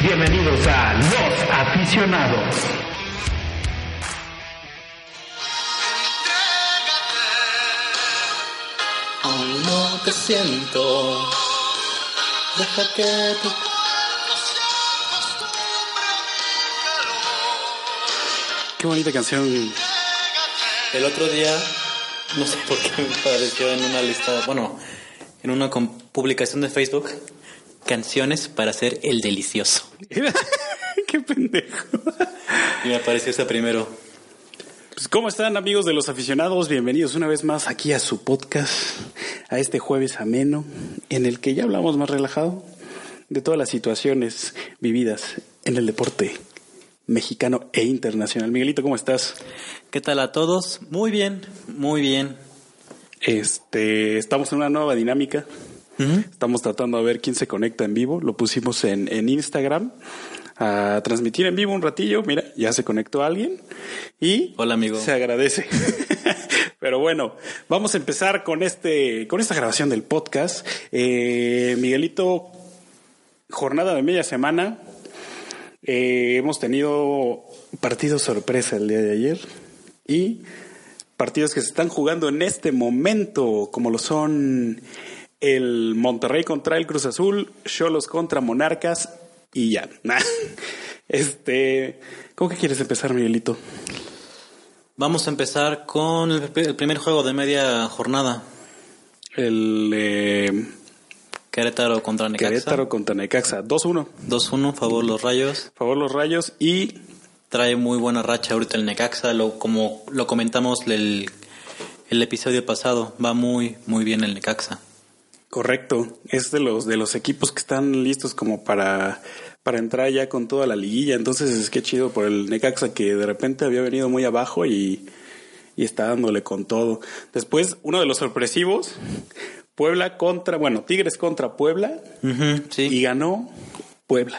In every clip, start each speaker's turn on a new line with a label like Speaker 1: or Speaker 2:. Speaker 1: Bienvenidos a Los Aficionados.
Speaker 2: Aún no te siento. Deja que tu
Speaker 3: Qué bonita canción.
Speaker 2: El otro día, no sé por qué me pareció en una lista, bueno, en una com- publicación de Facebook, canciones para hacer el delicioso.
Speaker 3: Qué pendejo.
Speaker 2: Y me apareció esa primero.
Speaker 3: Pues, ¿Cómo están amigos de los aficionados? Bienvenidos una vez más aquí a su podcast, a este jueves ameno, en el que ya hablamos más relajado de todas las situaciones vividas en el deporte mexicano e internacional. Miguelito, ¿cómo estás?
Speaker 2: ¿Qué tal a todos? Muy bien, muy bien.
Speaker 3: Este, estamos en una nueva dinámica. Estamos tratando de ver quién se conecta en vivo. Lo pusimos en, en Instagram a transmitir en vivo un ratillo. Mira, ya se conectó alguien y
Speaker 2: Hola, amigo.
Speaker 3: se agradece. Pero bueno, vamos a empezar con este, con esta grabación del podcast. Eh, Miguelito, jornada de media semana. Eh, hemos tenido partidos sorpresa el día de ayer y partidos que se están jugando en este momento, como lo son el Monterrey contra el Cruz Azul, Cholos contra Monarcas y ya. Este, ¿cómo que quieres empezar, Miguelito?
Speaker 2: Vamos a empezar con el, el primer juego de media jornada.
Speaker 3: El eh,
Speaker 2: Querétaro contra Necaxa.
Speaker 3: Querétaro contra Necaxa, 2-1.
Speaker 2: 2-1, favor los rayos.
Speaker 3: Favor los rayos y
Speaker 2: Trae muy buena racha ahorita el Necaxa, lo, como lo comentamos el, el episodio pasado. Va muy, muy bien el Necaxa.
Speaker 3: correcto, es de los de los equipos que están listos como para para entrar ya con toda la liguilla, entonces es que chido por el Necaxa que de repente había venido muy abajo y y está dándole con todo. Después, uno de los sorpresivos, Puebla contra, bueno, Tigres contra Puebla
Speaker 2: Ujú,
Speaker 3: y
Speaker 2: sí.
Speaker 3: ganó Puebla.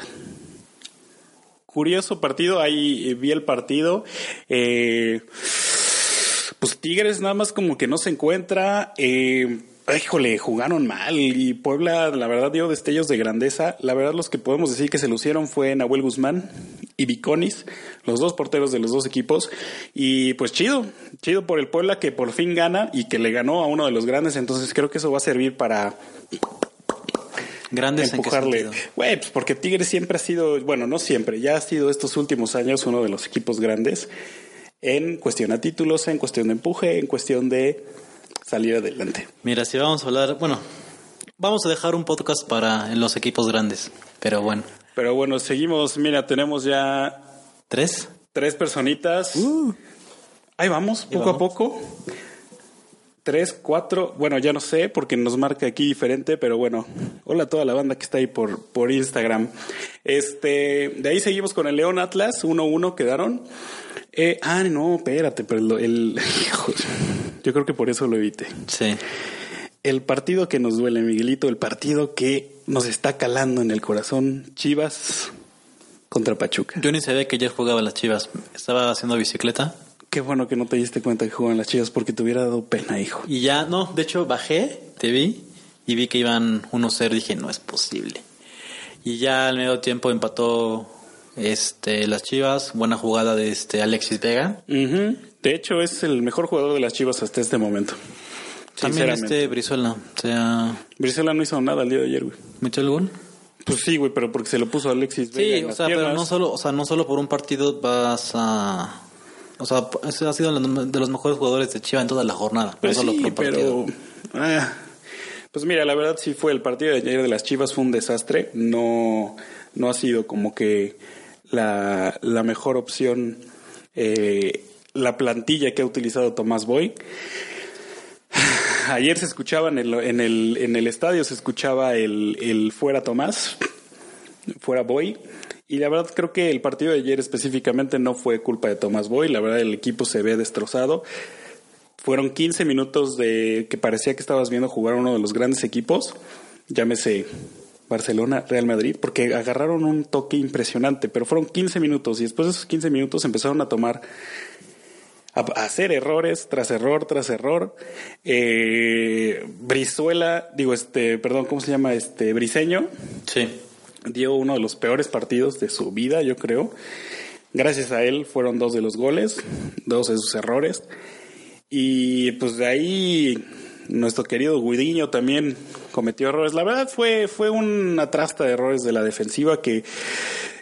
Speaker 3: Curioso partido, ahí eh, vi el partido. Eh, pues Tigres nada más como que no se encuentra. Eh, híjole, jugaron mal y Puebla la verdad dio destellos de grandeza. La verdad los que podemos decir que se lucieron fue Nahuel Guzmán y Viconis, los dos porteros de los dos equipos. Y pues chido, chido por el Puebla que por fin gana y que le ganó a uno de los grandes. Entonces creo que eso va a servir para
Speaker 2: Grandes en qué
Speaker 3: empujarle.
Speaker 2: sentido?
Speaker 3: Güey, pues porque Tigres siempre ha sido, bueno, no siempre, ya ha sido estos últimos años uno de los equipos grandes en cuestión a títulos, en cuestión de empuje, en cuestión de salir adelante.
Speaker 2: Mira, si vamos a hablar, bueno, vamos a dejar un podcast para los equipos grandes, pero bueno.
Speaker 3: Pero bueno, seguimos. Mira, tenemos ya
Speaker 2: ¿Tres?
Speaker 3: tres personitas. Ahí vamos,
Speaker 2: Ahí
Speaker 3: poco a
Speaker 2: vamos.
Speaker 3: poco. Tres, cuatro, bueno, ya no sé porque nos marca aquí diferente, pero bueno, hola a toda la banda que está ahí por, por Instagram. Este, de ahí seguimos con el León Atlas, 1-1 quedaron. Eh, ah, no, espérate, pero el, el- hijo, yo creo que por eso lo evité.
Speaker 2: Sí.
Speaker 3: El partido que nos duele, Miguelito, el partido que nos está calando en el corazón, Chivas contra Pachuca.
Speaker 2: Yo ni sabía que ya jugaba las chivas. Estaba haciendo bicicleta
Speaker 3: Qué bueno que no te diste cuenta que jugaban las Chivas porque te hubiera dado pena, hijo.
Speaker 2: y ya, no, de hecho bajé, te vi y vi que iban 1-0. Dije, no es posible. Y ya al medio tiempo empató este, las chivas. Buena jugada de este Alexis Vega.
Speaker 3: Ujú. De hecho, es el mejor jugador de las Chivas hasta este momento.
Speaker 2: También
Speaker 3: Sinceramente.
Speaker 2: este Brizuela. O sea,
Speaker 3: Brizuela no hizo nada el día de ayer, güey.
Speaker 2: metió el gol.
Speaker 3: Pues sí, güey, pero porque se lo puso a Alexis Vega
Speaker 2: Sí,
Speaker 3: en
Speaker 2: o
Speaker 3: las
Speaker 2: sea, pero
Speaker 3: piernas.
Speaker 2: no solo, o sea, no solo por un partido vas a o sea, ese ha sido de los mejores jugadores de Chivas en toda la jornada,
Speaker 3: Pues
Speaker 2: no solo
Speaker 3: sí,
Speaker 2: por un partido.
Speaker 3: pero... ah, pues mira, la verdad sí fue el partido de ayer de las Chivas fue un desastre. No, no ha sido como que la, la mejor opción eh, la plantilla que ha utilizado Tomás Boy. Ayer se escuchaba en el, en el, en el estadio, se escuchaba el, el fuera Tomás, fuera Boy. Y la verdad creo que el partido de ayer específicamente no fue culpa de Tomás Boy. La verdad el equipo se ve destrozado. Fueron 15 minutos de que parecía que estabas viendo jugar a uno de los grandes equipos, llámese Barcelona, Real Madrid, porque agarraron un toque impresionante, pero fueron 15 minutos y después de esos 15 minutos empezaron a tomar, a, a hacer errores tras error tras error. Eh, Brizuela, digo, este, perdón, ¿cómo se llama? Este, Briseño,
Speaker 2: Sí.
Speaker 3: dio uno de los peores partidos de su vida, yo creo. Gracias a él fueron dos de los goles, dos de sus errores. Y pues de ahí nuestro querido Guidiño también cometió errores. La verdad fue, fue una trasta de errores de la defensiva que,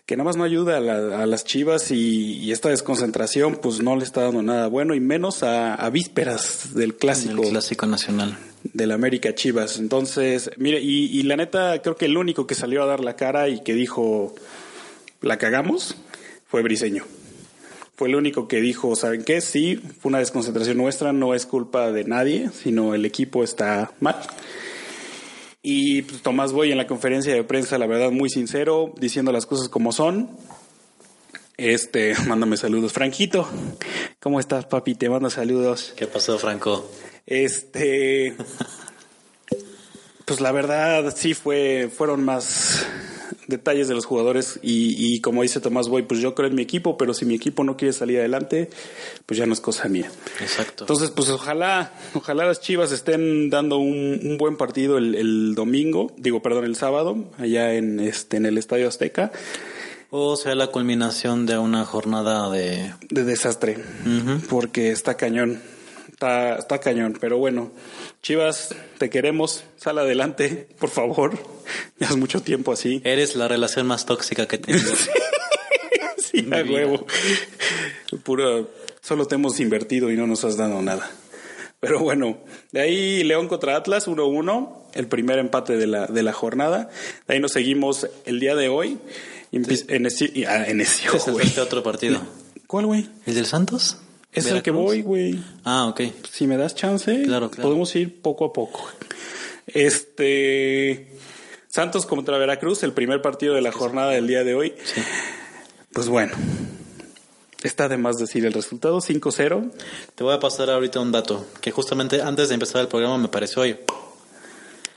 Speaker 3: que nada más no ayuda a, la- a las chivas y, y esta desconcentración pues no le está dando nada bueno y menos a, a vísperas del
Speaker 2: El
Speaker 3: clásico
Speaker 2: clásico nacional.
Speaker 3: del América Chivas. Entonces, mire, y, y la neta, creo que el único que salió a dar la cara y que dijo, la cagamos, fue Briseño. Fue el único que dijo, ¿saben qué? Sí, fue una desconcentración nuestra, no es culpa de nadie, sino el equipo está mal. Y pues, Tomás Boy en la conferencia de prensa, la verdad, muy sincero, diciendo las cosas como son. Este, mándame saludos. Franquito, ¿cómo estás, papi? Te mando saludos.
Speaker 2: ¿Qué pasó, Franco?
Speaker 3: Este. Pues la verdad, sí fue. Fueron más detalles de los jugadores. Y, y como dice Tomás Boy, pues yo creo en mi equipo, pero si mi equipo no quiere salir adelante, pues ya no es cosa mía.
Speaker 2: Exacto.
Speaker 3: Entonces, pues ojalá, ojalá las Chivas estén dando un, un buen partido el, el domingo, digo, perdón, el sábado, allá en este, en el Estadio Azteca,
Speaker 2: o sea, la culminación de una jornada de...
Speaker 3: de desastre,
Speaker 2: Ujú.
Speaker 3: porque está cañón, está, está cañón, pero bueno, Chivas, te queremos, sal adelante, por favor, ya es mucho tiempo así.
Speaker 2: Eres la relación más tóxica que he tenido.
Speaker 3: Sí, a
Speaker 2: Mira.
Speaker 3: huevo. Puro, solo te hemos invertido y no nos has dado nada. Pero bueno, de ahí León contra Atlas 1-1, el primer empate de la, de la jornada. De ahí nos seguimos el día de hoy. Empi- En ese- y- ah, en ese-
Speaker 2: Este es
Speaker 3: güey.
Speaker 2: el otro partido.
Speaker 3: ¿Cuál, güey?
Speaker 2: ¿El del Santos?
Speaker 3: Es el que
Speaker 2: ¿Veracruz?
Speaker 3: voy, güey.
Speaker 2: Ah, ok.
Speaker 3: Si me das chance,
Speaker 2: Claro, claro.
Speaker 3: podemos ir poco a poco. Este. Santos contra Veracruz, el primer partido de la jornada del día de hoy. Pues bueno, está de más decir el resultado: 5-0.
Speaker 2: Te voy a pasar ahorita un dato que justamente antes de empezar el programa me pareció hoy.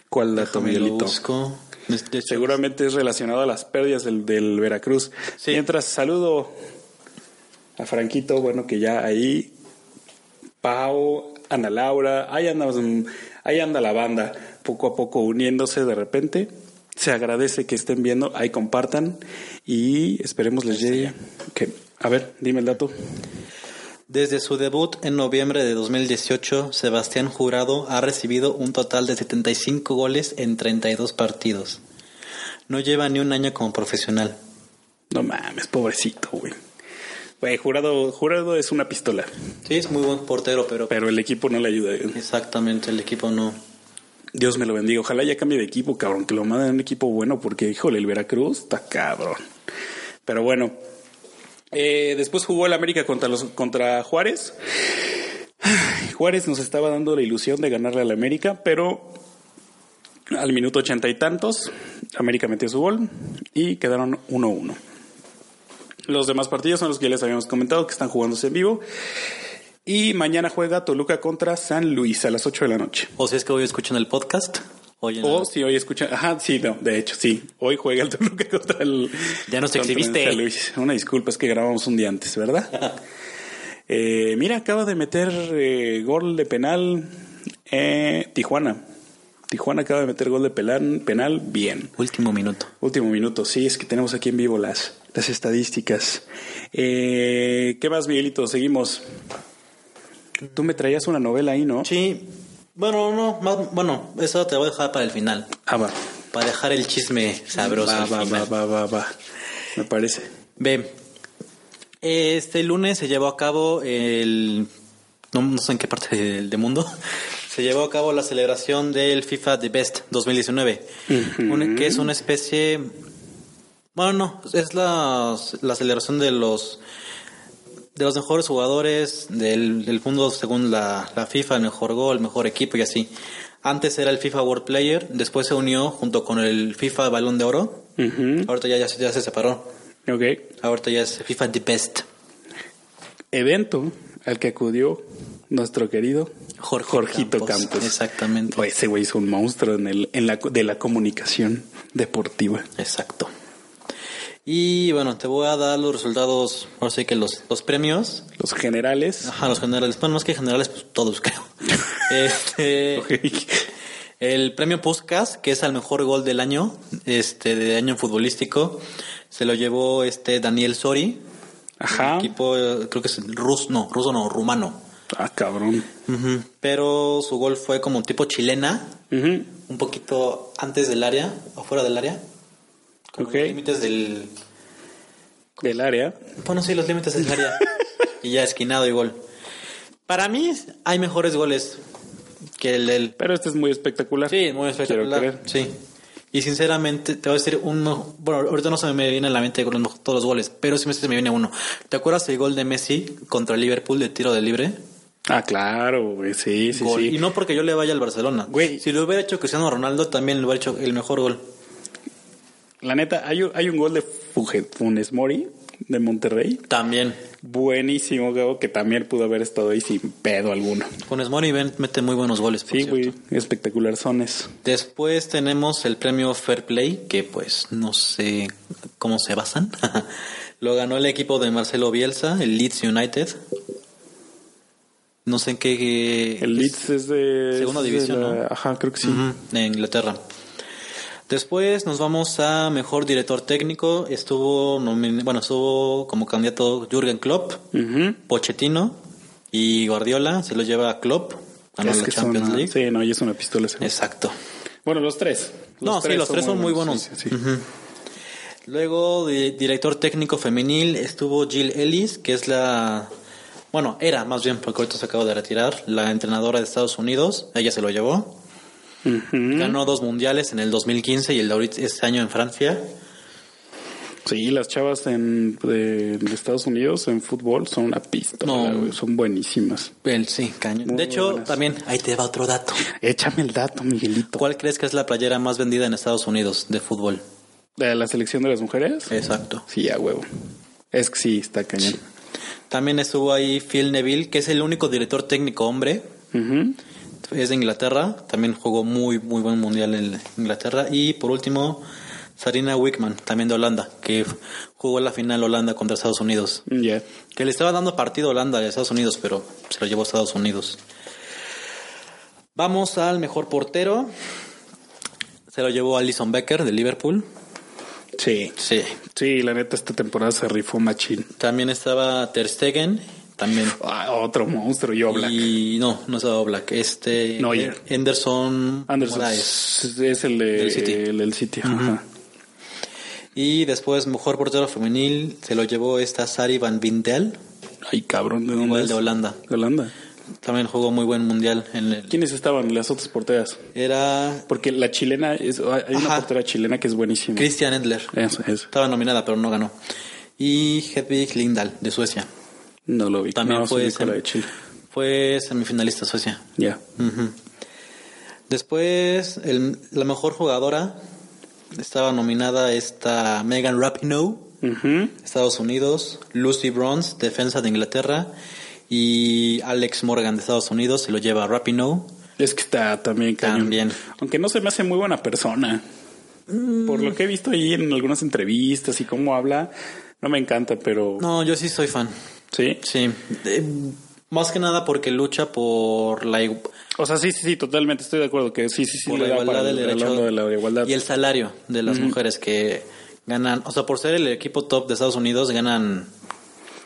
Speaker 3: ¿Cuál dato,
Speaker 2: Déjame lo
Speaker 3: Miguelito?
Speaker 2: busco. De- de hecho,
Speaker 3: Seguramente es relacionado a las pérdidas del, del Veracruz.
Speaker 2: Sí.
Speaker 3: Mientras saludo a Franquito, bueno, que ya ahí, Pau, Ana Laura, ahí anda, ahí anda la banda, poco a poco uniéndose de repente. Se agradece que estén viendo, ahí compartan y esperemos les llegue. que- a ver, dime el dato.
Speaker 2: Desde su debut en noviembre de 2018, Sebastián Jurado ha recibido un total de 75 goles en 32 partidos. No lleva ni un año como profesional.
Speaker 3: No mames, pobrecito, güey. Güey, jurado, jurado es una pistola,
Speaker 2: Sí, es muy buen portero, pero...
Speaker 3: pero el equipo no le ayuda. eh. güey.
Speaker 2: Exactamente, el equipo no.
Speaker 3: Dios me lo bendiga. Ojalá ya cambie de equipo, cabrón. Que lo manden a un equipo bueno, porque, híjole, el Veracruz está cabrón. Pero bueno. Eh, después jugó el América contra, los, contra Juárez. Ay, Juárez nos estaba dando la ilusión de ganarle al América, pero al minuto ochenta y tantos, América metió su gol y quedaron 1-1. Los demás partidos son los que ya les habíamos comentado que están jugándose en vivo. Y mañana juega Toluca contra San Luis a las 8 de la noche.
Speaker 2: O si es que hoy escuchan el podcast. Hoy en la-
Speaker 3: O si hoy escucha, ajá, sí, no, de hecho, sí. Hoy juega el Toluca contra el.
Speaker 2: Ya nos
Speaker 3: contra el
Speaker 2: exhibiste.
Speaker 3: San Luis. Una disculpa, es que grabamos un día antes, ¿verdad? Eh, mira, acaba de meter eh, gol de penal eh, Tijuana. Tijuana acaba de meter gol de penal, penal, bien.
Speaker 2: Último minuto.
Speaker 3: Último minuto, sí, es que tenemos aquí en vivo las, las estadísticas. Eh, ¿Qué más, Miguelito? Seguimos. Tú me traías una novela ahí, ¿no?
Speaker 2: Sí. Bueno, no, más- bueno, eso te voy a dejar para el final.
Speaker 3: Ah, va.
Speaker 2: Para dejar el chisme sabroso.
Speaker 3: Va,
Speaker 2: al
Speaker 3: va, va,
Speaker 2: final.
Speaker 3: va, va, va. Me parece.
Speaker 2: Ve, este lunes se llevó a cabo el... No, no sé en qué parte del del mundo. Se llevó a cabo la celebración del FIFA The Best 2019. un- que es una especie... Bueno, no, pues es la, la celebración de los de los mejores jugadores del, del mundo según la, la FIFA, el mejor gol, el mejor equipo y así. Antes era el FIFA World Player, después se unió junto con el FIFA Balón de Oro.
Speaker 3: Ujú.
Speaker 2: Ahorita ya, ya, se- ya se separó.
Speaker 3: Ok.
Speaker 2: Ahorita ya es FIFA The Best.
Speaker 3: Evento al que acudió nuestro querido
Speaker 2: Jorge
Speaker 3: Jorgito
Speaker 2: Campos,
Speaker 3: Campos.
Speaker 2: exactamente.
Speaker 3: Oye, ese güey es un monstruo en el, en la, de la comunicación deportiva.
Speaker 2: Exacto. Y bueno, te voy a dar los resultados, ahora sí que los, los premios.
Speaker 3: Los
Speaker 2: Ah,
Speaker 3: generales.
Speaker 2: Ajá, los generales. Bueno, más que generales, pues todos creo. Este,
Speaker 3: Ok.
Speaker 2: El premio Puskas, que es al mejor gol del año, este, de año futbolístico, se lo llevó este Daniel Sori.
Speaker 3: Ajá.
Speaker 2: Equipo, eh, creo que es ruso, no, ruso no, rumano.
Speaker 3: Ah, cabrón.
Speaker 2: Ujú. Pero su gol fue como tipo chilena,
Speaker 3: Ujú.
Speaker 2: un poquito antes del área, afuera del área. Como
Speaker 3: Ok.
Speaker 2: los límites del.
Speaker 3: Del área.
Speaker 2: Bueno, sí, los límites del área. y ya esquinado y gol. Para mí, hay mejores goles que el del
Speaker 3: Pero este es muy espectacular.
Speaker 2: Sí, muy espectacular.
Speaker 3: Quiero creer.
Speaker 2: Sí. Y sinceramente, te voy a decir uno. Bueno, ahorita no se me viene a la mente con los- todos los goles, pero sí me- se me viene uno. ¿Te acuerdas el gol de Messi contra el Liverpool de tiro de libre?
Speaker 3: Ah, claro, güey. Sí, sí,
Speaker 2: Gol.
Speaker 3: sí.
Speaker 2: Y no porque yo le vaya al Barcelona.
Speaker 3: Güey.
Speaker 2: Si lo hubiera hecho Cristiano Ronaldo, también le hubiera hecho el mejor gol.
Speaker 3: La neta, hay un, hay un gol de Fuge- Funes Mori de Monterrey.
Speaker 2: También.
Speaker 3: Buenísimo, Gabo, que también pudo haber estado ahí sin pedo alguno.
Speaker 2: Funes Mori ven- mete muy buenos goles. por
Speaker 3: Sí,
Speaker 2: cierto.
Speaker 3: güey. Espectacular sones.
Speaker 2: Después tenemos el premio Fair Play, que pues no sé cómo se basan. Lo ganó el equipo de Marcelo Bielsa, el Leeds United. No sé en qué...
Speaker 3: El Leeds es de.
Speaker 2: Segunda
Speaker 3: es de
Speaker 2: división,
Speaker 3: la-
Speaker 2: ¿no?
Speaker 3: Ajá, creo que sí.
Speaker 2: Ujú, de Inglaterra. Después nos vamos a mejor director técnico. Estuvo, nomin- bueno, estuvo como candidato Jürgen Klopp,
Speaker 3: Ujú.
Speaker 2: Pochettino y Guardiola. Se lo lleva a Klopp. Ganó
Speaker 3: Es
Speaker 2: Ah, la
Speaker 3: que son
Speaker 2: Champions
Speaker 3: una-
Speaker 2: League.
Speaker 3: Sí, no, y es una pistola. ese güey.
Speaker 2: Exacto.
Speaker 3: Bueno, los tres.
Speaker 2: No, sí, los tres son muy buenos.
Speaker 3: Sí, sí, sí.
Speaker 2: Luego, de director técnico femenil, estuvo Jill Ellis, que es la. Bueno, era más bien, porque ahorita se acaba de retirar, la entrenadora de Estados Unidos. Ella se lo llevó.
Speaker 3: Ujú.
Speaker 2: Ganó dos mundiales en el 2015 y el de ahorita- este año en Francia.
Speaker 3: Sí, las chavas en, de, de Estados Unidos en fútbol son una pistola,
Speaker 2: No.
Speaker 3: güey, son buenísimas.
Speaker 2: El, sí, cañón.
Speaker 3: Muy
Speaker 2: de hecho,
Speaker 3: buenas.
Speaker 2: también, ahí te va otro dato.
Speaker 3: Échame el dato, Miguelito.
Speaker 2: ¿Cuál crees que es la playera más vendida en Estados Unidos de fútbol?
Speaker 3: ¿De la selección de las
Speaker 2: Eh.
Speaker 3: mujeres?
Speaker 2: Exacto.
Speaker 3: Sí, a huevo. Es que sí, está cañón.
Speaker 2: También estuvo ahí Phil Neville, que es el único director técnico hombre
Speaker 3: Ujú.
Speaker 2: es de Inglaterra, también jugó muy muy buen mundial en Inglaterra y por último Sarina Wickman, también de Holanda, que jugó la final Holanda contra Estados Unidos,
Speaker 3: Ya.
Speaker 2: que le estaba dando partido a Holanda y a Estados Unidos, pero se lo llevó a Estados Unidos. Vamos al mejor portero. Se lo llevó Alison Becker de Liverpool.
Speaker 3: Sí.
Speaker 2: Sí.
Speaker 3: Sí, la neta, esta temporada se rifó machín.
Speaker 2: También estaba Ter Stegen, también.
Speaker 3: Ah, otro monstruo, yo, Black.
Speaker 2: Y no, no estaba Black. Este
Speaker 3: Neuer.
Speaker 2: Henderson
Speaker 3: Anderson
Speaker 2: Moraes.
Speaker 3: es, es el de-
Speaker 2: Del City.
Speaker 3: el del City, ajá.
Speaker 2: Y después, mejor portero femenil, se lo llevó esta Sari Van Vindel,
Speaker 3: Ay, cabrón, ¿de dónde
Speaker 2: igual
Speaker 3: es?
Speaker 2: de Holanda.
Speaker 3: De Holanda.
Speaker 2: También jugó muy buen mundial. En el,
Speaker 3: ¿Quiénes estaban las otras porteras?
Speaker 2: Era
Speaker 3: Porque la chilena, es, ah, hay una
Speaker 2: Ajá.
Speaker 3: portera chilena que es buenísima.
Speaker 2: Christian Endler.
Speaker 3: Eso es.
Speaker 2: Estaba nominada, pero no ganó. Y Hedvig Lindahl, de Suecia.
Speaker 3: No lo vi.
Speaker 2: También
Speaker 3: No, sí
Speaker 2: fue,
Speaker 3: vi con la
Speaker 2: sem-
Speaker 3: de Chile.
Speaker 2: fue semifinalista Suecia.
Speaker 3: Ya.
Speaker 2: Ujú. Después, el- la mejor jugadora estaba nominada esta Megan Rapinoe.
Speaker 3: Ujú.
Speaker 2: Estados Unidos, Lucy Bronze, defensa de Inglaterra, y Alex Morgan de Estados Unidos, se lo lleva a Rapinoe.
Speaker 3: Es que está también cañón.
Speaker 2: También. Mm.
Speaker 3: Aunque no se me hace muy buena persona. Por lo que he visto ahí en algunas entrevistas y cómo habla, no me encanta, pero
Speaker 2: No, yo sí soy fan,
Speaker 3: sí.
Speaker 2: sí. Eh, más que nada porque lucha por la, igu-
Speaker 3: O sea, sí, sí, sí, totalmente estoy de acuerdo que sí, sí, sí,
Speaker 2: por
Speaker 3: le
Speaker 2: la
Speaker 3: da
Speaker 2: igualdad
Speaker 3: para
Speaker 2: del
Speaker 3: el- el
Speaker 2: derecho
Speaker 3: lado de la igualdad.
Speaker 2: y el salario de las mujeres que ganan, o sea, por ser el equipo top de Estados Unidos, ganan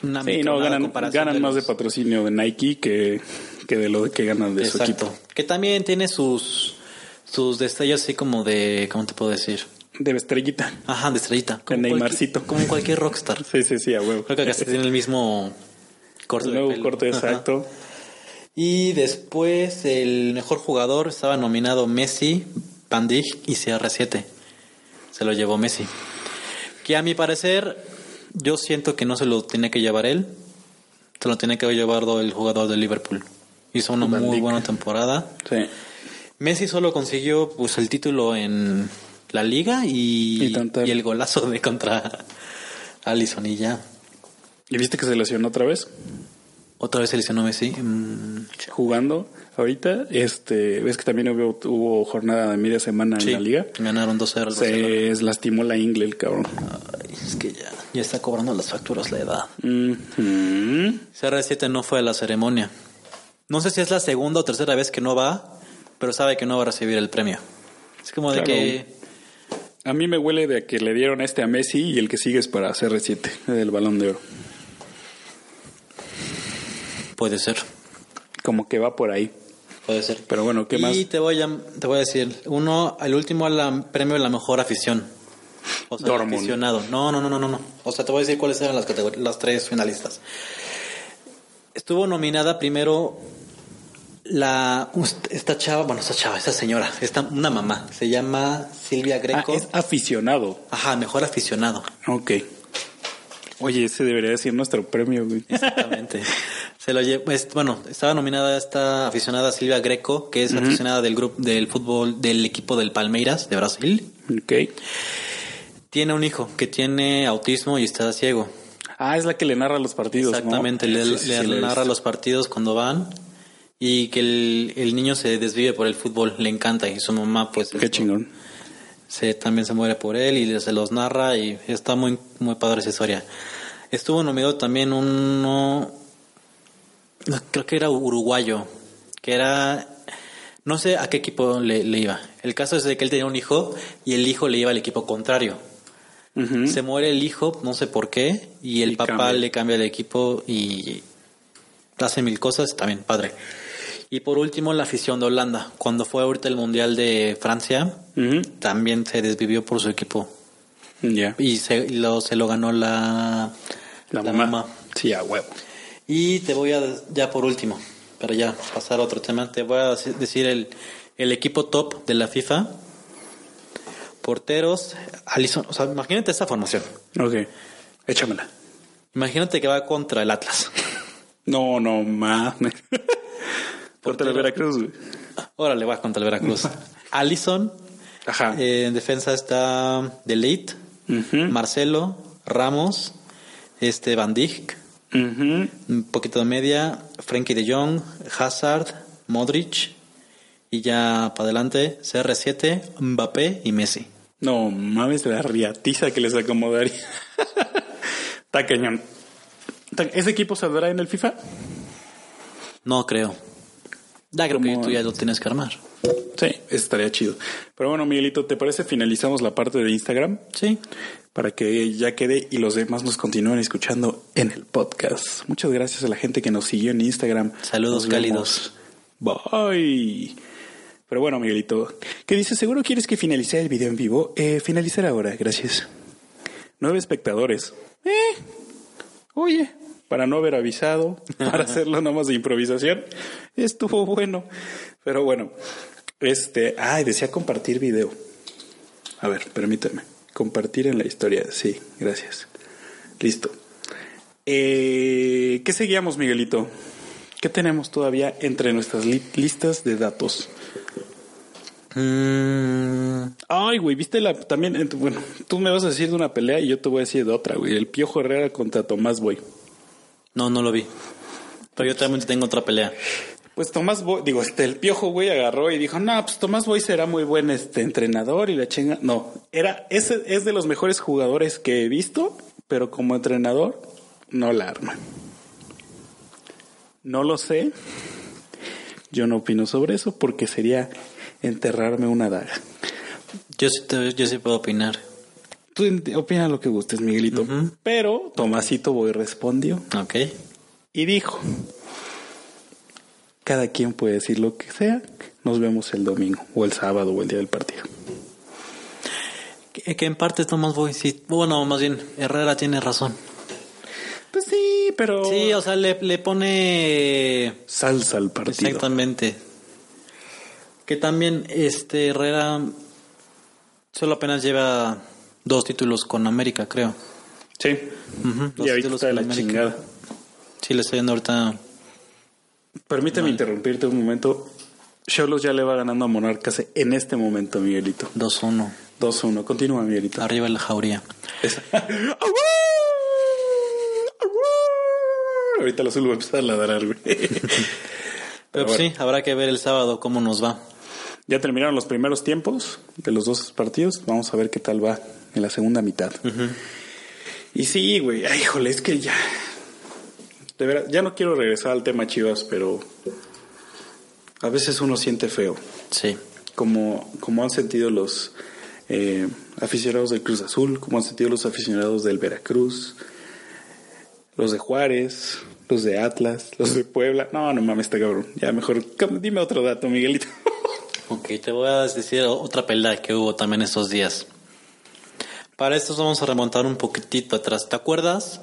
Speaker 2: una
Speaker 3: Sí, no,
Speaker 2: millonada
Speaker 3: ganan,
Speaker 2: comparación
Speaker 3: ganan más de
Speaker 2: los-
Speaker 3: patrocinio de Nike que, que de lo que ganan de su
Speaker 2: Exacto.
Speaker 3: equipo.
Speaker 2: Que también tiene sus, sus destellos así como de, ¿cómo te puedo decir?
Speaker 3: De estrellita.
Speaker 2: Ajá, de estrellita.
Speaker 3: Neymarcito.
Speaker 2: cualquier- Como cualquier rockstar.
Speaker 3: Sí, sí, sí, a huevo.
Speaker 2: Creo que casi tiene el mismo corte
Speaker 3: El
Speaker 2: de
Speaker 3: nuevo
Speaker 2: pelo.
Speaker 3: corte,
Speaker 2: Ajá.
Speaker 3: exacto.
Speaker 2: Y después el mejor jugador estaba nominado Messi, Van Dijk y CR7. Se lo llevó Messi. Que a mi parecer, yo siento que no se lo tiene que llevar él. Se lo tiene que llevar el jugador de Liverpool. Hizo una
Speaker 3: Van
Speaker 2: muy
Speaker 3: Dijk.
Speaker 2: buena temporada.
Speaker 3: Sí.
Speaker 2: Messi solo consiguió pues el título en la liga y,
Speaker 3: Y tanto.
Speaker 2: y el golazo de contra Allison y ya.
Speaker 3: ¿Y viste que se lesionó otra vez?
Speaker 2: Otra vez seleccionó Messi. Mm,
Speaker 3: jugando ahorita. Este, ves que también hubo, hubo jornada de media semana
Speaker 2: sí,
Speaker 3: en la liga.
Speaker 2: Ganaron 2-0 al Barcelona.
Speaker 3: Se lastimó la ingle el cabrón.
Speaker 2: Ay, Es que ya, ya está cobrando las facturas la edad.
Speaker 3: Ujú.
Speaker 2: CR7 no fue a la ceremonia. No sé si es la segunda o tercera vez que no va, pero sabe que no va a recibir el premio. Es como de
Speaker 3: Claro.
Speaker 2: que
Speaker 3: A mí me huele de que le dieron este a Messi y el que sigue es para CR7, el balón de oro.
Speaker 2: puede ser,
Speaker 3: Como que va por ahí.
Speaker 2: puede ser.
Speaker 3: Pero bueno, ¿qué
Speaker 2: y
Speaker 3: más?
Speaker 2: te voy a te voy a decir, uno, el último al premio a la mejor afición. O sea, el
Speaker 3: Dortmund.
Speaker 2: aficionado. No, no, no, no, no, no. O sea, te voy a decir cuáles eran las categorías, las tres finalistas. Estuvo nominada primero la esta chava, bueno, esta chava, esta señora, esta una mamá, se llama Silvia
Speaker 3: Ah,
Speaker 2: Greco.
Speaker 3: es aficionado.
Speaker 2: Ajá, mejor aficionado.
Speaker 3: Ok. Oye, ese debería decir nuestro premio, güey.
Speaker 2: Exactamente. Se lo lle- pues, bueno, estaba nominada esta aficionada Silvia Greco, que es aficionada del grupo del fútbol del equipo del Palmeiras de Brasil.
Speaker 3: Ok.
Speaker 2: Tiene un hijo que tiene autismo y está ciego.
Speaker 3: Ah, es la que le narra los partidos, ¿no?
Speaker 2: Exactamente, le,
Speaker 3: Sí, sí,
Speaker 2: le
Speaker 3: sí, la he
Speaker 2: narra
Speaker 3: visto.
Speaker 2: los partidos cuando van y que el, el niño se desvive por el fútbol, le encanta y su mamá pues
Speaker 3: Qué
Speaker 2: esto,
Speaker 3: chingón.
Speaker 2: se, también se muere por él y le- se los narra y está muy, muy padre esa historia. Estuvo nominado también uno, creo que era uruguayo, que era, no sé a qué equipo le, le iba. El caso es de que él tenía un hijo y el hijo le iba al equipo contrario.
Speaker 3: Ujú.
Speaker 2: Se muere el hijo, no sé por qué, y el
Speaker 3: Mm. Y
Speaker 2: papá
Speaker 3: cambia.
Speaker 2: le cambia el equipo y hace mil cosas, también padre. Y por último, la afición de Holanda. Cuando fue ahorita el Mundial de Francia,
Speaker 3: Ujú.
Speaker 2: también se desvivió por su equipo
Speaker 3: Ya.
Speaker 2: y se lo, se lo ganó la,
Speaker 3: La, mamá. Sí, a huevo.
Speaker 2: Y te voy a, ya por último, para ya pasar a otro tema, te voy a dec- decir el, el equipo top de la FIFA. Porteros, Alisson, o sea, imagínate esta formación.
Speaker 3: Ok. Échamela.
Speaker 2: Imagínate que va contra el Atlas.
Speaker 3: No, no mames. Portero de Veracruz, güey.
Speaker 2: Órale, va contra el Veracruz. Allison,
Speaker 3: Ajá.
Speaker 2: eh, en defensa está Delete,
Speaker 3: Ujú.
Speaker 2: Marcelo, Ramos, este Van Dijk,
Speaker 3: Ujú.
Speaker 2: un poquito de media, Frankie de Jong, Hazard, Modric y ya para adelante CR7, Mbappé y Messi.
Speaker 3: No mames, la riatiza que les acomodaría. Está cañón. Está- ¿Ese equipo saldrá en el FIFA?
Speaker 2: No creo. Ya creo que
Speaker 3: Como-
Speaker 2: tú ya lo tienes que armar.
Speaker 3: Sí, eso estaría chido. Pero bueno, Miguelito, ¿te parece finalizamos la parte de Instagram?
Speaker 2: Sí.
Speaker 3: para que ya quede y los demás nos continúen escuchando en el podcast. Muchas gracias a la gente que nos siguió en Instagram.
Speaker 2: Saludos
Speaker 3: Nos
Speaker 2: cálidos.
Speaker 3: vemos. Bye. Pero bueno, Miguelito, ¿qué dices? ¿Seguro quieres que finalice el video en vivo? Eh, finalizar ahora, gracias. Nueve espectadores. Eh, oye, para no haber avisado, para hacerlo nomás de improvisación, estuvo bueno. Pero bueno, este, ay, decía compartir video. A ver, permíteme. Compartir en la historia. Sí, gracias. Listo. Eh, ¿Qué seguíamos, Miguelito? ¿Qué tenemos todavía entre nuestras li- listas de datos?
Speaker 2: Mm,
Speaker 3: Ay, güey, viste la también. ent- Bueno, tú me vas a decir de una pelea y yo te voy a decir de otra, güey. El Piojo Herrera contra Tomás Boy.
Speaker 2: no, no lo vi. Pero yo también tengo otra pelea.
Speaker 3: Pues Tomás Boy, digo, este, el Piojo, güey, agarró y dijo, no, pues Tomás Boy será muy buen este entrenador y la chinga. No, era, ese es de los mejores jugadores que he visto, pero como entrenador, no la arma. No lo sé. Yo no opino sobre eso porque sería enterrarme una daga.
Speaker 2: Yo sí, te- yo sí puedo opinar.
Speaker 3: Tú ent- opina lo que gustes, Miguelito.
Speaker 2: Ujú.
Speaker 3: Pero Tomasito Boy respondió
Speaker 2: Ok.
Speaker 3: y dijo, cada quien puede decir lo que sea, nos vemos el domingo o el sábado o el día del partido.
Speaker 2: Que, que en parte Tomás Boy, sí. Bueno, más bien, Herrera tiene razón.
Speaker 3: Pues sí, pero
Speaker 2: Sí, o sea, le, le pone...
Speaker 3: salsa al partido.
Speaker 2: Exactamente. Que también este Herrera solo apenas lleva dos títulos con América, creo.
Speaker 3: Sí.
Speaker 2: Ujú, dos
Speaker 3: Y ahorita
Speaker 2: títulos
Speaker 3: está de la
Speaker 2: con América.
Speaker 3: chingada.
Speaker 2: Sí, le estoy dando ahorita.
Speaker 3: Permíteme interrumpirte un momento. Cholos ya le va ganando a Monarcas en este momento, Miguelito.
Speaker 2: 2-1.
Speaker 3: 2-1. Continúa, Miguelito.
Speaker 2: Arriba la jauría. pues.
Speaker 3: Esa. Ahorita lo suelo empezar a ladrar, güey.
Speaker 2: Pero pues,
Speaker 3: bueno.
Speaker 2: sí, habrá que ver el sábado cómo nos va.
Speaker 3: Ya terminaron los primeros tiempos de los dos partidos. Vamos a ver qué tal va en la segunda mitad. Y sí, güey. Ay, híjole, es que ya. De veras, ya no quiero regresar al tema Chivas, pero. a veces uno siente feo,
Speaker 2: Sí.
Speaker 3: como, como han sentido los eh, aficionados del Cruz Azul, como han sentido los aficionados del Veracruz, los de Juárez, los de Atlas, los de Puebla. No, no mames, está cabrón. Ya mejor cam- dime otro dato, Miguelito.
Speaker 2: Ok, te voy a decir otra pelea que hubo también estos días. Para esto vamos a remontar un poquitito atrás. ¿Te acuerdas?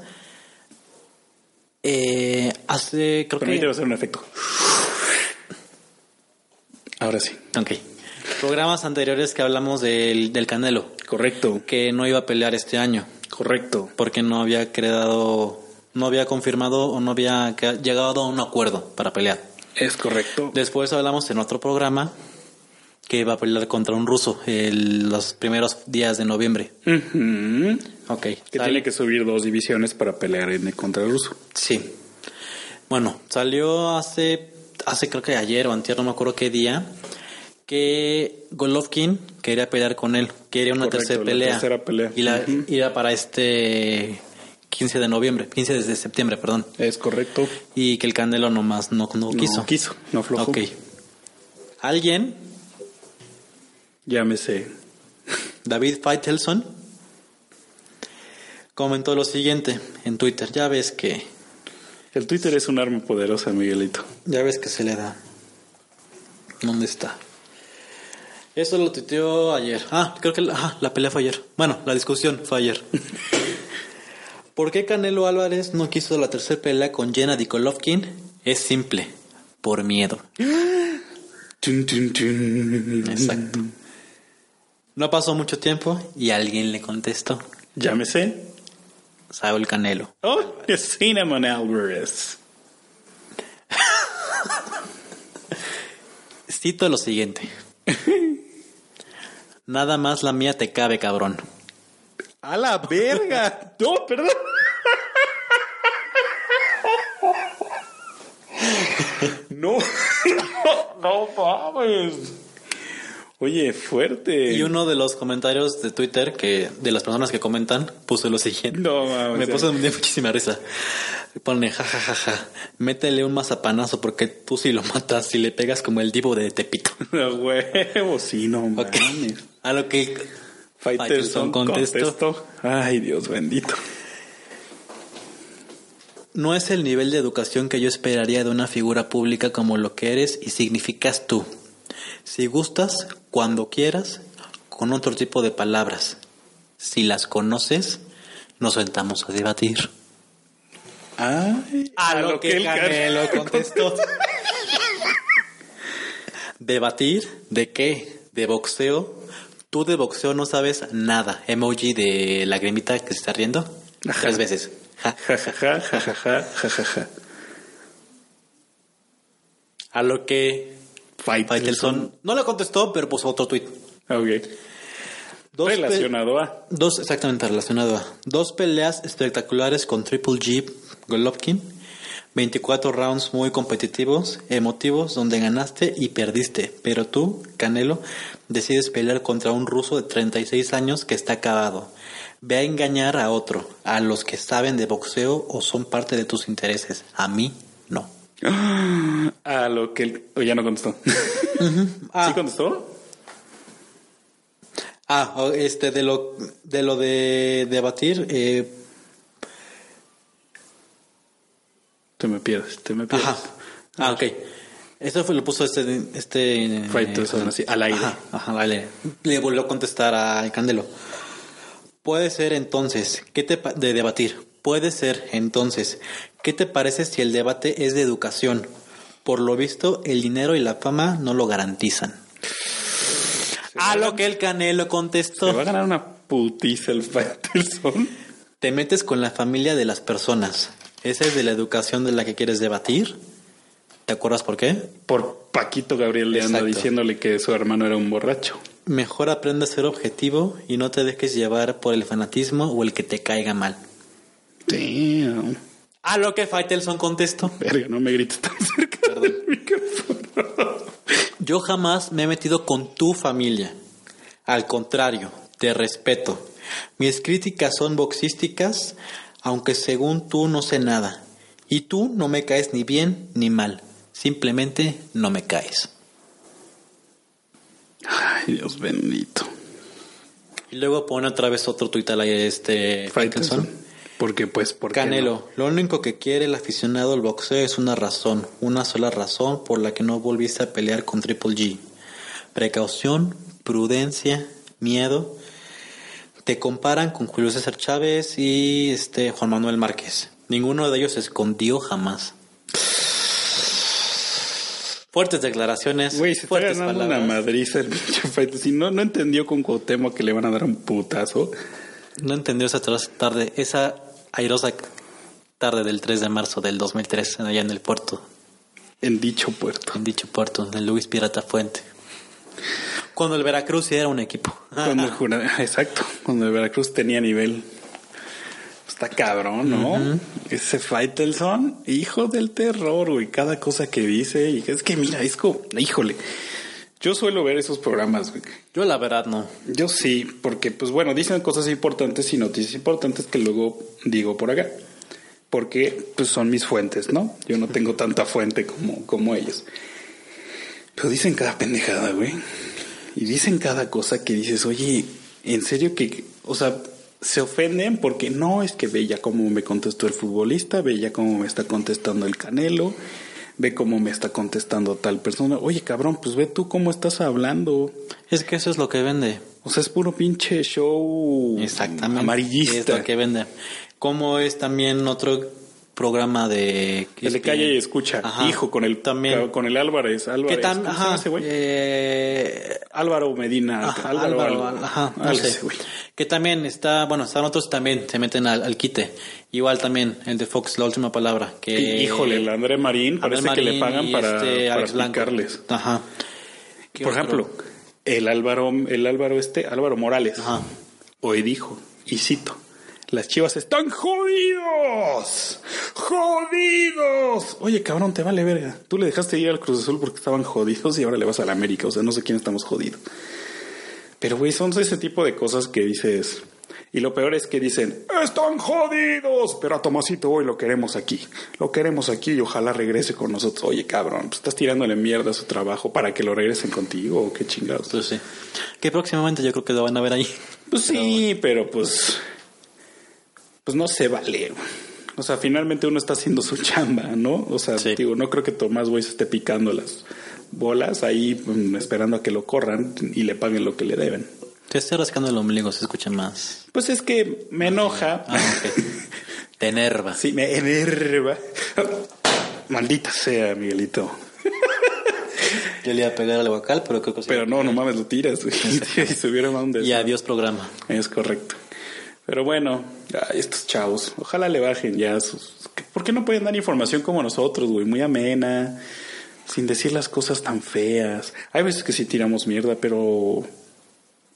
Speaker 2: Eh, hace, creo que...
Speaker 3: Permíteme hacer un efecto. Ahora sí.
Speaker 2: Ok. Programas anteriores que hablamos del, del Canelo,
Speaker 3: Correcto.
Speaker 2: que no iba a pelear este año,
Speaker 3: Correcto.
Speaker 2: porque no había creado, no había confirmado o no había ca- llegado a un acuerdo para pelear.
Speaker 3: Es correcto.
Speaker 2: Después hablamos en otro programa que iba a pelear contra un ruso el- los primeros días de noviembre.
Speaker 3: Ujú.
Speaker 2: Ok.
Speaker 3: Que
Speaker 2: sale-
Speaker 3: tiene que subir dos divisiones para pelear en el contra el ruso.
Speaker 2: Sí. Bueno, salió hace, hace creo que ayer o antier, no me acuerdo qué día, que Golovkin quería pelear con él, quería una
Speaker 3: Correcto,
Speaker 2: tercera
Speaker 3: la
Speaker 2: pelea.
Speaker 3: tercera pelea.
Speaker 2: Y la
Speaker 3: Ujú.
Speaker 2: iba para este 15 de noviembre, 15 de septiembre, perdón.
Speaker 3: Es correcto.
Speaker 2: Y que el Candelo nomás no, no
Speaker 3: No
Speaker 2: quiso.
Speaker 3: quiso, no aflojó.
Speaker 2: Ok. Alguien,
Speaker 3: Llámese.
Speaker 2: David Faitelson, comentó lo siguiente en Twitter. Ya ves que
Speaker 3: El Twitter es un arma poderosa, Miguelito.
Speaker 2: Ya ves que se le da. ¿Dónde está? Eso lo tuiteó ayer. Ah, creo que la, ajá, la pelea fue ayer. Bueno, la discusión fue ayer. ¿Por qué Canelo Álvarez no quiso la tercera pelea con Gennady Golovkin? Es simple, por miedo.
Speaker 3: Tun, tun, tun.
Speaker 2: Exacto. No pasó mucho tiempo y alguien le contestó.
Speaker 3: Llámese.
Speaker 2: Saúl Canelo.
Speaker 3: Oh, Cinnamon Alvarez.
Speaker 2: Cito lo siguiente. Nada más la mía te cabe, cabrón.
Speaker 3: A la verga. no, perdón. no. no mames. Oye, fuerte.
Speaker 2: Y uno de los comentarios de Twitter que de las personas que comentan puso lo siguiente.
Speaker 3: No, mames.
Speaker 2: Me puso de muchísima risa. Pone jajajaja, métele un mazapanazo porque tú si lo matas si le pegas como el divo de Tepito.
Speaker 3: A huevo, sí, no mames.
Speaker 2: Ok. A lo que
Speaker 3: Faitelson
Speaker 2: Faitelson contestó.
Speaker 3: contestó. Ay, Dios bendito.
Speaker 2: no es el nivel de educación que yo esperaría de una figura pública como lo que eres y significas tú. Si gustas, cuando quieras, con otro tipo de palabras. Si las conoces, nos sentamos a debatir.
Speaker 3: Ay,
Speaker 2: A lo que
Speaker 3: el
Speaker 2: Canelo contestó. ¿Debatir? ¿De qué? ¿De boxeo? Tú de boxeo no sabes nada. Emoji de lagrimita que se está riendo.
Speaker 3: Ajá.
Speaker 2: Tres veces. Ja.
Speaker 3: Ja, ja, ja, ja, ja, ja, ja, ja, ja.
Speaker 2: A lo que
Speaker 3: Faitelson.
Speaker 2: Faitelson no le contestó, pero puso otro tweet.
Speaker 3: Ok.
Speaker 2: Dos pe-
Speaker 3: Relacionado a.
Speaker 2: Dos, exactamente relacionado a. Dos peleas espectaculares con Triple G Golovkin. 24 rounds muy competitivos, emotivos, donde ganaste y perdiste. Pero tú, Canelo, decides pelear contra un ruso de 36 años que está acabado. Ve a engañar a otro, a los que saben de boxeo o son parte de tus intereses. A mí, no.
Speaker 3: A lo que el. Oh, ya no contestó. ¿Sí contestó?
Speaker 2: Ah, o- este, de lo de lo de debatir, eh,
Speaker 3: Te me pierdes, te me pierdes.
Speaker 2: ajá. Ah, ok. Eso fue, lo puso este, este eh,
Speaker 3: Faitelson, así, al aire.
Speaker 2: Ajá, ajá, al aire. Le volvió a contestar a Candelo. Puede ser entonces, ¿qué te pa- de debatir? Puede ser entonces, ¿qué te parece si el debate es de educación? Por lo visto, el dinero y la fama no lo garantizan. A lo que el Canelo contestó.
Speaker 3: Te va a ganar una putiza el Faitelson.
Speaker 2: Te metes con la familia de las personas. Esa es de la educación de la que quieres debatir. ¿Te acuerdas por qué?
Speaker 3: Por Paquito Gabriel le anda
Speaker 2: Exacto.
Speaker 3: diciéndole que su hermano era un borracho.
Speaker 2: Mejor aprende a ser objetivo y no te dejes llevar por el fanatismo o el que te caiga mal.
Speaker 3: Damn.
Speaker 2: A lo que Faitelson contestó.
Speaker 3: Verga, no me grites tan cerca del micrófono.
Speaker 2: Yo jamás me he metido con tu familia. Al contrario, te respeto. Mis críticas son boxísticas, aunque según tú no sé nada. Y tú no me caes ni bien ni mal. Simplemente no me caes.
Speaker 3: Ay, Dios bendito.
Speaker 2: Y luego pone otra vez otro tuit al aire este Faitelson.
Speaker 3: Porque pues por qué
Speaker 2: Canelo, lo único que quiere el aficionado al boxeo es una razón, una sola razón por la que no volviste a pelear con Triple G. Precaución, prudencia, miedo. Te comparan con Julio César Chávez y este Juan Manuel Márquez. Ninguno de ellos se escondió jamás. Fuertes declaraciones,
Speaker 3: no. Güey, se está
Speaker 2: fuertes
Speaker 3: ganando
Speaker 2: palabras.
Speaker 3: una madriza el pinche Faitelson. Si no, no entendió con Cuauhtémoc que le van a dar un putazo.
Speaker 2: No entendió esa tra- tarde, esa airosa tarde del 3 de marzo del 2003 allá en el puerto
Speaker 3: En dicho puerto.
Speaker 2: en dicho puerto, en el Luis Pirata Fuente. Cuando el Veracruz sí era un equipo.
Speaker 3: Cuando el jurado- exacto, cuando el Veracruz tenía nivel. Está cabrón, ¿no? Ese Faitelson, hijo del terror, güey. Cada cosa que dice. Y es que mira, es como, híjole. Yo suelo ver esos programas, güey.
Speaker 2: Yo la verdad no.
Speaker 3: Yo sí, porque pues bueno, dicen cosas importantes y noticias importantes que luego digo por acá. Porque pues son mis fuentes, ¿no? Yo no tengo tanta fuente como, como ellos. Pero dicen cada pendejada, güey. Y dicen cada cosa que dices, oye, en serio que, o sea, se ofenden porque no es que ve ya cómo me contestó el futbolista, ve ya cómo me está contestando el canelo, ve cómo me está contestando tal persona. Oye, cabrón, pues ve tú cómo estás hablando.
Speaker 2: Es que eso es lo que vende.
Speaker 3: O sea, es puro pinche show
Speaker 2: Exactamente. Es
Speaker 3: amarillista.
Speaker 2: lo que vende. Como es también otro programa de...
Speaker 3: el de calla y escucha.
Speaker 2: Ajá.
Speaker 3: Hijo, con el
Speaker 2: También.
Speaker 3: con el Álvarez. Álvarez.
Speaker 2: ¿Qué tan?
Speaker 3: ¿Cómo se llama
Speaker 2: Ajá.
Speaker 3: ese güey?
Speaker 2: eh,
Speaker 3: Álvaro Medina.
Speaker 2: Ajá,
Speaker 3: Álvaro,
Speaker 2: Álvaro,
Speaker 3: algo.
Speaker 2: ajá, no
Speaker 3: Álvaro,
Speaker 2: sé.
Speaker 3: ese güey.
Speaker 2: Que también está, bueno, están otros también, se meten al, al quite. Igual también el de Fox, la última palabra. Que,
Speaker 3: Híjole, el André Marín
Speaker 2: Abel
Speaker 3: parece que le
Speaker 2: Eh, Marín
Speaker 3: pagan
Speaker 2: y
Speaker 3: para,
Speaker 2: este
Speaker 3: para
Speaker 2: Alex Blanco.
Speaker 3: explicarles.
Speaker 2: Ajá. ¿Qué
Speaker 3: Por
Speaker 2: otro?
Speaker 3: ejemplo, el Álvaro, el Álvaro este, Álvaro Morales,
Speaker 2: Ajá.
Speaker 3: hoy dijo, y cito, las chivas están jodidos, jodidos. Oye, cabrón, te vale verga. Tú le dejaste ir al Cruz Azul porque estaban jodidos y ahora le vas a la América. O sea, no sé quién estamos jodidos. Pero, güey, son ese tipo de cosas que dices. Y lo peor es que dicen, están jodidos, pero a Tomasito hoy lo queremos aquí. Lo queremos aquí y ojalá regrese con nosotros. Oye, cabrón, pues estás tirándole mierda a su trabajo para que lo regresen contigo o qué chingados.
Speaker 2: Pues sí. Que próximamente yo creo que lo van a ver ahí.
Speaker 3: Pues sí, pero pues. Pues no se vale. güey. O sea, finalmente uno está haciendo su chamba, ¿no? O sea,
Speaker 2: Sí.
Speaker 3: digo, no creo que Tomás Boy se esté picando las bolas ahí mm, esperando a que lo corran y le paguen lo que le deben.
Speaker 2: Te estoy rascando el ombligo, se escucha más.
Speaker 3: Pues es que me enoja.
Speaker 2: Ah, ok. Te enerva.
Speaker 3: Sí, me enerva. Maldita sea, Miguelito.
Speaker 2: Yo le iba a pegar al guacal, pero creo que sí.
Speaker 3: Pero no, no mames, lo tiras. güey. y se hubiera más un
Speaker 2: Y
Speaker 3: desmadre.
Speaker 2: adiós programa.
Speaker 3: Es correcto. Pero bueno, ay, estos chavos, ojalá le bajen ya sus... ¿Por qué no pueden dar información como nosotros, güey? Muy amena, sin decir las cosas tan feas. Hay veces que sí tiramos mierda, pero...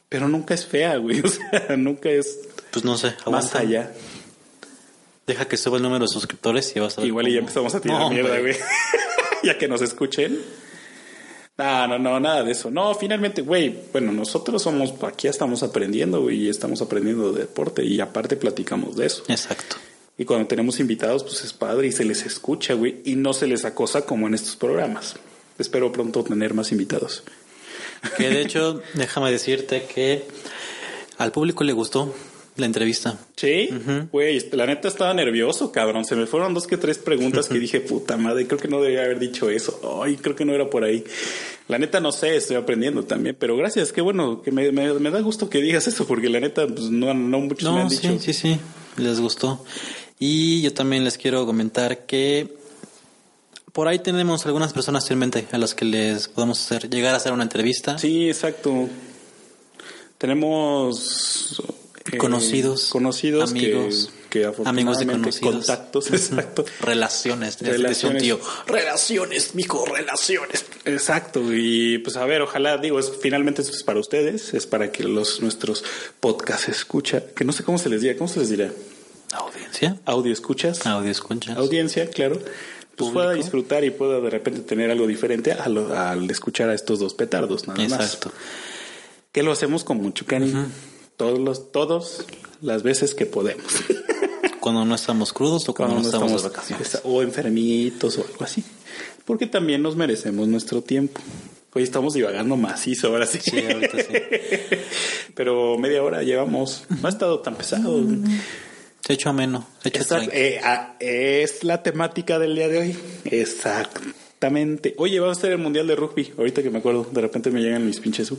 Speaker 3: Pero nunca es fea, güey. O sea, nunca es
Speaker 2: Pues no sé,
Speaker 3: más
Speaker 2: aguanta.
Speaker 3: allá.
Speaker 2: Deja que suba el número de suscriptores y vas a ver
Speaker 3: Igual y ya
Speaker 2: cómo-
Speaker 3: empezamos a tirar
Speaker 2: No,
Speaker 3: mierda,
Speaker 2: hombre.
Speaker 3: güey. ya que nos escuchen. No, no, no, nada de eso. No, finalmente, güey, bueno, nosotros somos, aquí estamos aprendiendo, güey, y estamos aprendiendo de deporte y aparte platicamos de eso.
Speaker 2: Exacto.
Speaker 3: Y cuando tenemos invitados, pues es padre y se les escucha, güey, y no se les acosa como en estos programas. Espero pronto tener más invitados.
Speaker 2: Que de hecho, déjame decirte que al público le gustó la entrevista.
Speaker 3: Sí, güey, la neta estaba nervioso, cabrón. Se me fueron dos que tres preguntas que dije, puta madre, creo que no debería haber dicho eso. Ay, creo que no era por ahí. La neta no sé, estoy aprendiendo también, pero gracias, qué bueno, que me, me- me da gusto que digas eso, porque la neta, pues no, no muchos me han
Speaker 2: No,
Speaker 3: dicho.
Speaker 2: sí, sí, sí, les gustó. Y yo también les quiero comentar que por ahí tenemos algunas personas en mente a las que les podemos hacer llegar a hacer una entrevista.
Speaker 3: Sí, exacto. Tenemos eh,
Speaker 2: Conocidos,
Speaker 3: conocidos,
Speaker 2: amigos,
Speaker 3: que, que
Speaker 2: amigos de
Speaker 3: afortunadamente
Speaker 2: conocidos.
Speaker 3: contactos, exacto,
Speaker 2: Relaciones, es decir, un
Speaker 3: Relaciones.
Speaker 2: tío. Relaciones, mijo, relaciones.
Speaker 3: exacto. Y pues a ver, ojalá digo, es finalmente esto es para ustedes, es para que los nuestros podcast escucha, que no sé cómo se les diga, cómo se les dirá,
Speaker 2: Audiencia,
Speaker 3: audio escuchas,
Speaker 2: audio escuchas.
Speaker 3: audiencia, claro. Pues
Speaker 2: Ah. Público.
Speaker 3: pueda disfrutar y pueda de repente tener algo diferente a lo- al escuchar a estos dos petardos, nada más.
Speaker 2: Exacto.
Speaker 3: que lo hacemos con mucho cariño. Todos los, todos las veces que podemos.
Speaker 2: Cuando no estamos crudos o cuando, no estamos, de vacaciones.
Speaker 3: está- o enfermitos o algo así. porque también nos merecemos nuestro tiempo. Hoy estamos divagando macizo, ahora sí.
Speaker 2: Sí, ahorita sí.
Speaker 3: Pero media hora llevamos. No ha estado tan pesado.
Speaker 2: Se ha hecho ameno. Se ha hecho
Speaker 3: Esa-
Speaker 2: tranqui.
Speaker 3: eh, ah, es la temática del día de hoy. Exactamente. Oye, va a ser el Mundial de Rugby. Ahorita que me acuerdo, de repente me llegan mis pinches.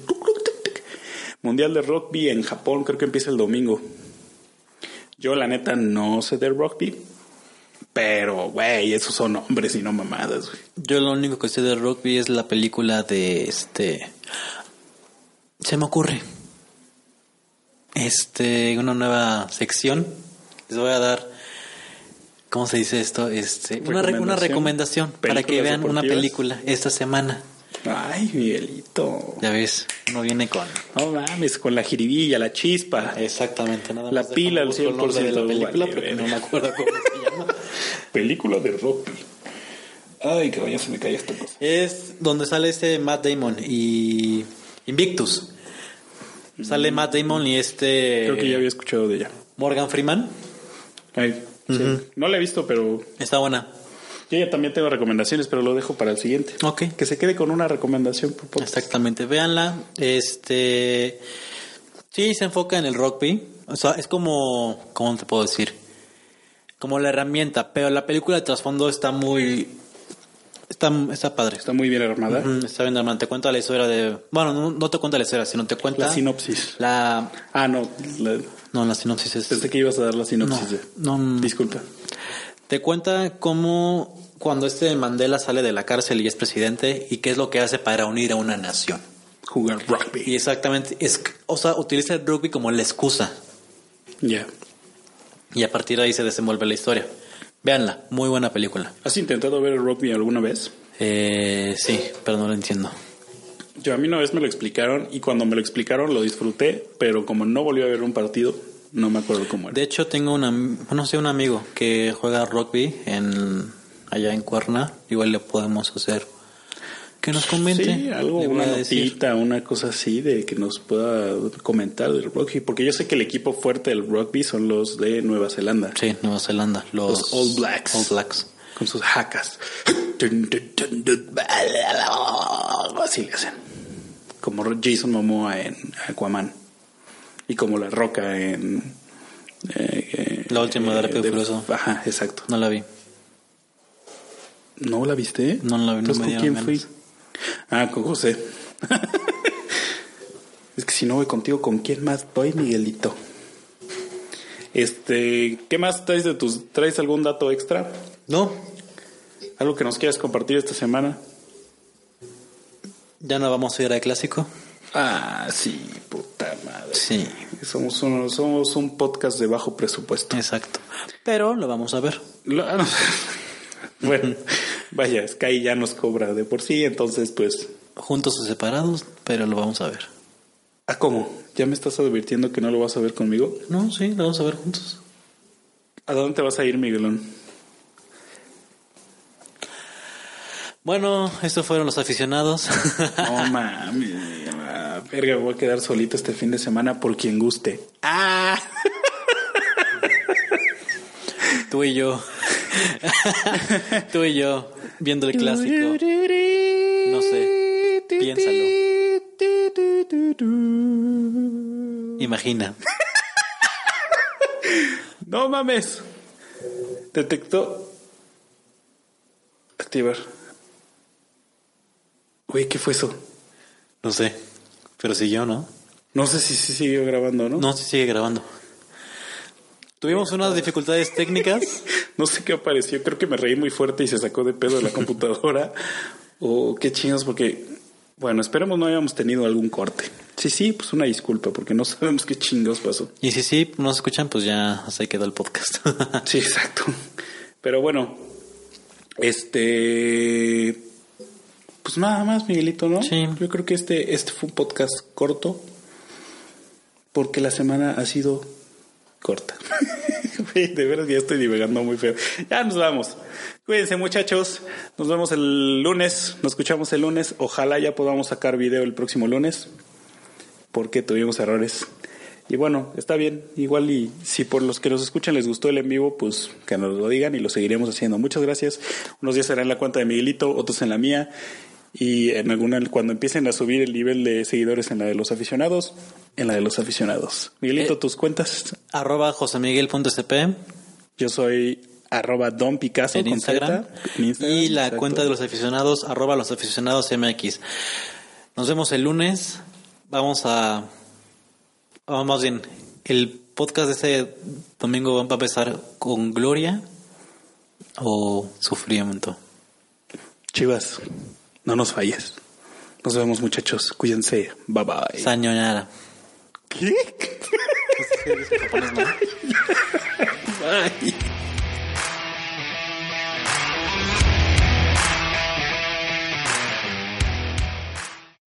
Speaker 3: Mundial de Rugby en Japón, creo que empieza el domingo. Yo, la neta, no sé de rugby. Pero, güey, esos son hombres y no mamadas, güey.
Speaker 2: Yo lo único que sé de rugby es la película de este. Se me ocurre. Este, una nueva sección. Les voy a dar. ¿Cómo se dice esto? Este, una, re- una
Speaker 3: Recomendación.
Speaker 2: recomendación para que
Speaker 3: Películas
Speaker 2: vean una
Speaker 3: deportivas.
Speaker 2: película esta semana.
Speaker 3: Ay, Miguelito.
Speaker 2: Ya ves, uno viene con.
Speaker 3: No mames, con la jiribilla, la chispa.
Speaker 2: Exactamente, nada
Speaker 3: La
Speaker 2: más.
Speaker 3: pila al
Speaker 2: déjame busco el nombre
Speaker 3: 100%,
Speaker 2: de la película
Speaker 3: vale,
Speaker 2: porque
Speaker 3: verga.
Speaker 2: no me acuerdo cómo se llama.
Speaker 3: Película de rugby. Ay, que vaya, se me cae esta cosa.
Speaker 2: Es donde sale este Matt Damon y Invictus. Sale Matt Damon y este
Speaker 3: Mm. Creo que ya había escuchado de ella.
Speaker 2: Morgan Freeman.
Speaker 3: Ay, sí. No la he visto, pero
Speaker 2: Está buena.
Speaker 3: yo ya también tengo recomendaciones, pero lo dejo para el siguiente.
Speaker 2: Ok.
Speaker 3: Que se quede con una recomendación por podcast.
Speaker 2: Exactamente, véanla. Este sí se enfoca en el rugby. O sea, es como, ¿cómo te puedo decir? Como la herramienta, pero la película de trasfondo está muy está, está padre.
Speaker 3: Está muy bien armada.
Speaker 2: Ujú, Está bien, hermano. Te cuenta la historia de. Bueno, no, no te cuenta la historia, sino te cuenta.
Speaker 3: La sinopsis.
Speaker 2: La.
Speaker 3: Ah, no. la-
Speaker 2: No, la sinopsis es.
Speaker 3: pensé que ibas a dar la
Speaker 2: No,
Speaker 3: sinopsis. de-
Speaker 2: no, no.
Speaker 3: Disculpa.
Speaker 2: Te cuenta cómo cuando este Mandela sale de la cárcel y es presidente y qué es lo que hace para unir a una nación.
Speaker 3: Jugar
Speaker 2: Y
Speaker 3: rugby.
Speaker 2: exactamente, es, o sea, utiliza el rugby como la excusa
Speaker 3: Ya.
Speaker 2: y a partir de ahí se desenvuelve la historia. Véanla, muy buena película.
Speaker 3: ¿Has intentado ver el rugby alguna vez?
Speaker 2: Eh, sí, pero no la entiendo.
Speaker 3: Yo a mí una vez me lo explicaron y cuando me lo explicaron lo disfruté, pero como no volví a ver un partido, no me acuerdo cómo era.
Speaker 2: De hecho, tengo una, no sé, un amigo que juega rugby en allá en Cuerna. Igual le podemos hacer que nos comente.
Speaker 3: Sí, algo,
Speaker 2: Le voy
Speaker 3: una
Speaker 2: a decir.
Speaker 3: notita, una cosa así de que nos pueda comentar del rugby, porque yo sé que el equipo fuerte del rugby son los de Nueva Zelanda,
Speaker 2: Sí, Nueva Zelanda. Los,
Speaker 3: Los All Blacks.
Speaker 2: All Blacks.
Speaker 3: con sus jacas. Así le hacen. Como Jason Momoa en Aquaman y como La Roca en... eh, eh,
Speaker 2: La última de Rápido y
Speaker 3: de-
Speaker 2: Furioso.
Speaker 3: Ajá, exacto.
Speaker 2: No la vi.
Speaker 3: ¿No la viste?
Speaker 2: No la vi, no
Speaker 3: Entonces,
Speaker 2: me
Speaker 3: ¿con
Speaker 2: dieron
Speaker 3: quién
Speaker 2: ganas.
Speaker 3: fui? Ah, con José. es que si no voy contigo, ¿con quién más voy, Miguelito? Este, ¿qué más traes de tus traes algún dato extra?
Speaker 2: No,
Speaker 3: ¿Algo que nos quieras compartir esta semana?
Speaker 2: ya no vamos a ir al clásico.
Speaker 3: Ah, sí, puta madre.
Speaker 2: Sí,
Speaker 3: Somos un, somos un podcast de bajo presupuesto.
Speaker 2: exacto. Pero lo vamos a ver.
Speaker 3: Lo- ah, bueno, vaya, Sky ya nos cobra de por sí, entonces pues
Speaker 2: Juntos o separados, pero lo vamos a ver.
Speaker 3: ¿Ah, cómo? ¿Ya me estás advirtiendo que no lo vas a ver conmigo?
Speaker 2: No, sí, lo vamos a ver juntos.
Speaker 3: ¿A dónde te vas a ir, Miguelón?
Speaker 2: Bueno, estos fueron los aficionados.
Speaker 3: No mames, ah, verga, voy a quedar solito este fin de semana por quien guste.
Speaker 2: ah. Tú y yo. Tú y yo, viendo el clásico. No sé,
Speaker 3: piénsalo.
Speaker 2: Imagina.
Speaker 3: No mames. Detectó. Activar. Güey, ¿qué fue eso?
Speaker 2: No sé. Pero si yo, ¿no?
Speaker 3: No sé si se siguió grabando, ¿no?
Speaker 2: No, se sigue grabando. Tuvimos unas dificultades técnicas.
Speaker 3: No sé qué apareció, creo que me reí muy fuerte y se sacó de pedo la computadora. o qué chingados, porque, bueno, esperemos no hayamos tenido algún corte. Sí, sí, pues una disculpa, porque no sabemos qué chingados pasó.
Speaker 2: Y si sí, no se escuchan, pues ya se quedó el podcast.
Speaker 3: Sí, exacto. Pero bueno, este... Pues nada más, Miguelito, ¿no?
Speaker 2: Sí.
Speaker 3: Yo creo que este, este fue un podcast corto, porque la semana ha sido corta. Güey, De veras ya estoy divagando muy feo. Ya nos vamos. Cuídense muchachos. Nos vemos el lunes. Nos escuchamos el lunes. Ojalá ya podamos sacar video el próximo lunes. Porque tuvimos errores Y bueno, está bien. Igual y si por los que nos escuchan les gustó el en vivo, pues que nos lo digan y lo seguiremos haciendo. Muchas gracias. Unos días será en la cuenta de Miguelito, otros en la mía. Y en alguna, cuando empiecen a subir el nivel de seguidores en la de los aficionados, en la de los aficionados. Miguelito,
Speaker 2: Eh.
Speaker 3: tus cuentas.
Speaker 2: Arroba josemiguel.sp
Speaker 3: Yo soy arroba Don Picasso
Speaker 2: en
Speaker 3: con
Speaker 2: Instagram,
Speaker 3: Z, en Instagram,
Speaker 2: y la
Speaker 3: exacto.
Speaker 2: cuenta de los aficionados arroba los aficionados MX. Nos vemos el lunes. Vamos a... Vamos más bien. El podcast de este domingo va a empezar con gloria o sufrimiento.
Speaker 3: Chivas, no nos falles. Nos vemos muchachos. Cuídense. Bye bye.
Speaker 2: Sañonara.
Speaker 3: ¿Qué?
Speaker 2: Bye.